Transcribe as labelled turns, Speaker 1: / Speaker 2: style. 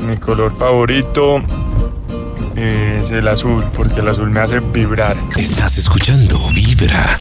Speaker 1: Mi color favorito es el azul, porque el azul me hace vibrar.
Speaker 2: Estás escuchando Vibra.